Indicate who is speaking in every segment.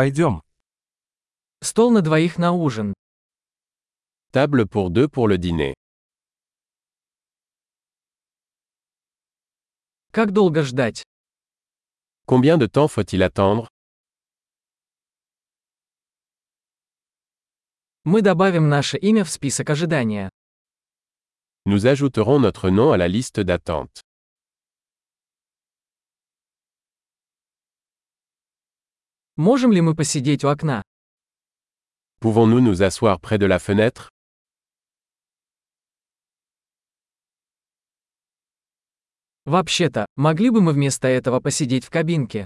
Speaker 1: Пойдем.
Speaker 2: Стол на двоих на ужин.
Speaker 3: Table pour deux pour le dîner.
Speaker 2: Как долго ждать?
Speaker 3: Combien de temps faut-il attendre
Speaker 2: Мы добавим наше имя в список ожидания.
Speaker 3: Nous ajouterons notre nom à la liste d'attente.
Speaker 2: Можем ли мы посидеть у окна?
Speaker 3: Pouvons-nous nous asseoir près de la fenêtre
Speaker 2: Вообще-то, могли бы мы вместо этого посидеть в кабинке?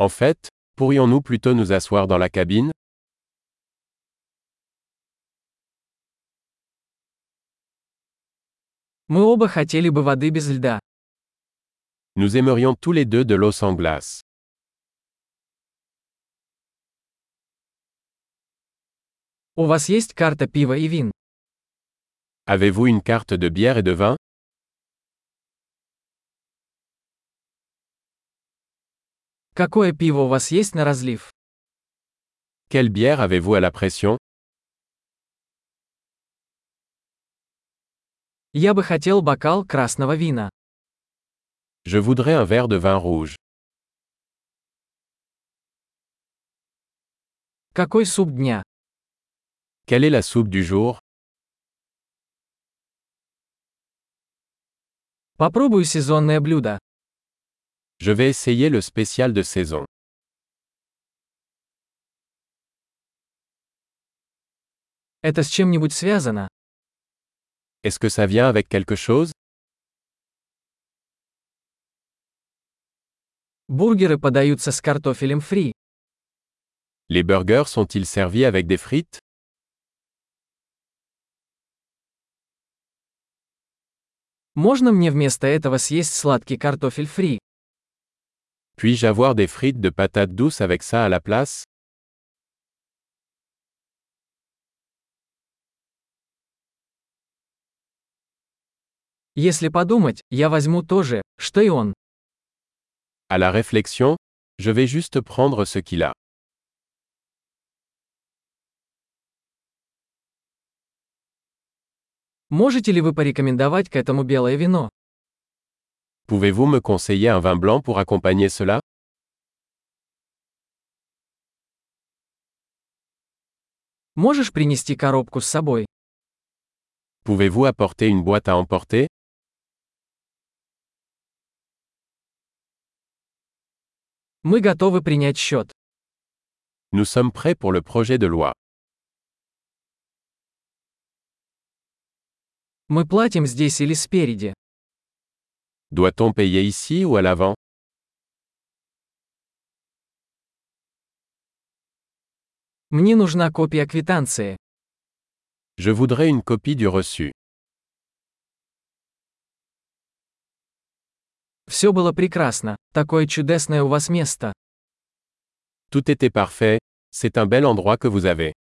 Speaker 3: En fait, pourrions-nous plutôt nous asseoir dans la cabine
Speaker 2: Мы оба хотели бы воды без льда.
Speaker 3: Nous aimerions tous les deux de l'eau sans glace.
Speaker 2: У вас есть карта пива и вин?
Speaker 3: Avez-vous une carte de bière et de vin
Speaker 2: Какое пиво у вас есть на разлив?
Speaker 3: Quelle bière avez-vous à la pression
Speaker 2: Я бы хотел бокал красного вина.
Speaker 3: Je voudrais un verre de vin rouge.
Speaker 2: Какой суп дня?
Speaker 3: Quelle est la soupe du jour
Speaker 2: Попробую сезонное блюдо.
Speaker 3: Je vais essayer le spécial de saison.
Speaker 2: Это с чем-нибудь связано?
Speaker 3: Est-ce que ça vient avec quelque chose
Speaker 2: Бургеры подаются с картофелем фри.
Speaker 3: Les burgers sont-ils servis avec des frites
Speaker 2: Можно мне вместо этого съесть сладкий картофель фри?
Speaker 3: Puis-je avoir des frites de patates douces avec ça à la place
Speaker 2: Если подумать, я возьму то же, что и он.
Speaker 3: À la réflexion, je vais juste prendre ce qu'il a.
Speaker 2: Можете ли вы порекомендовать к этому белое вино?
Speaker 3: Pouvez-vous me conseiller un vin blanc pour accompagner cela
Speaker 2: Можешь принести коробку с собой?
Speaker 3: Pouvez-vous apporter une boîte à emporter
Speaker 2: Мы готовы принять счет.
Speaker 3: Nous sommes prêts pour le projet de loi.
Speaker 2: Мы платим здесь или спереди.
Speaker 3: Doit-on payer ici ou à l'avant
Speaker 2: Мне нужна копия квитанции.
Speaker 3: Je voudrais une copie du reçu.
Speaker 2: Все было прекрасно. Такое чудесное у вас место.
Speaker 3: Tout était parfait, c'est un bel endroit que vous avez.